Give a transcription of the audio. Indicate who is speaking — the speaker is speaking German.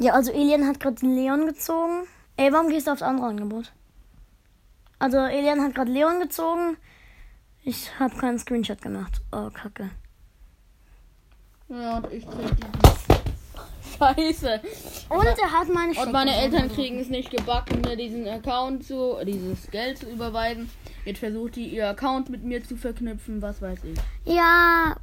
Speaker 1: Ja, also Elian hat gerade den Leon gezogen. Ey, warum gehst du aufs andere Angebot? Also Elian hat gerade Leon gezogen. Ich habe keinen Screenshot gemacht. Oh, kacke.
Speaker 2: Ja, und ich krieg diesen. Scheiße.
Speaker 1: Und er hat meine
Speaker 2: Und meine Eltern kriegen es nicht gebacken, mir diesen Account zu, dieses Geld zu überweisen. Jetzt versucht die ihr Account mit mir zu verknüpfen, was weiß ich.
Speaker 1: Ja,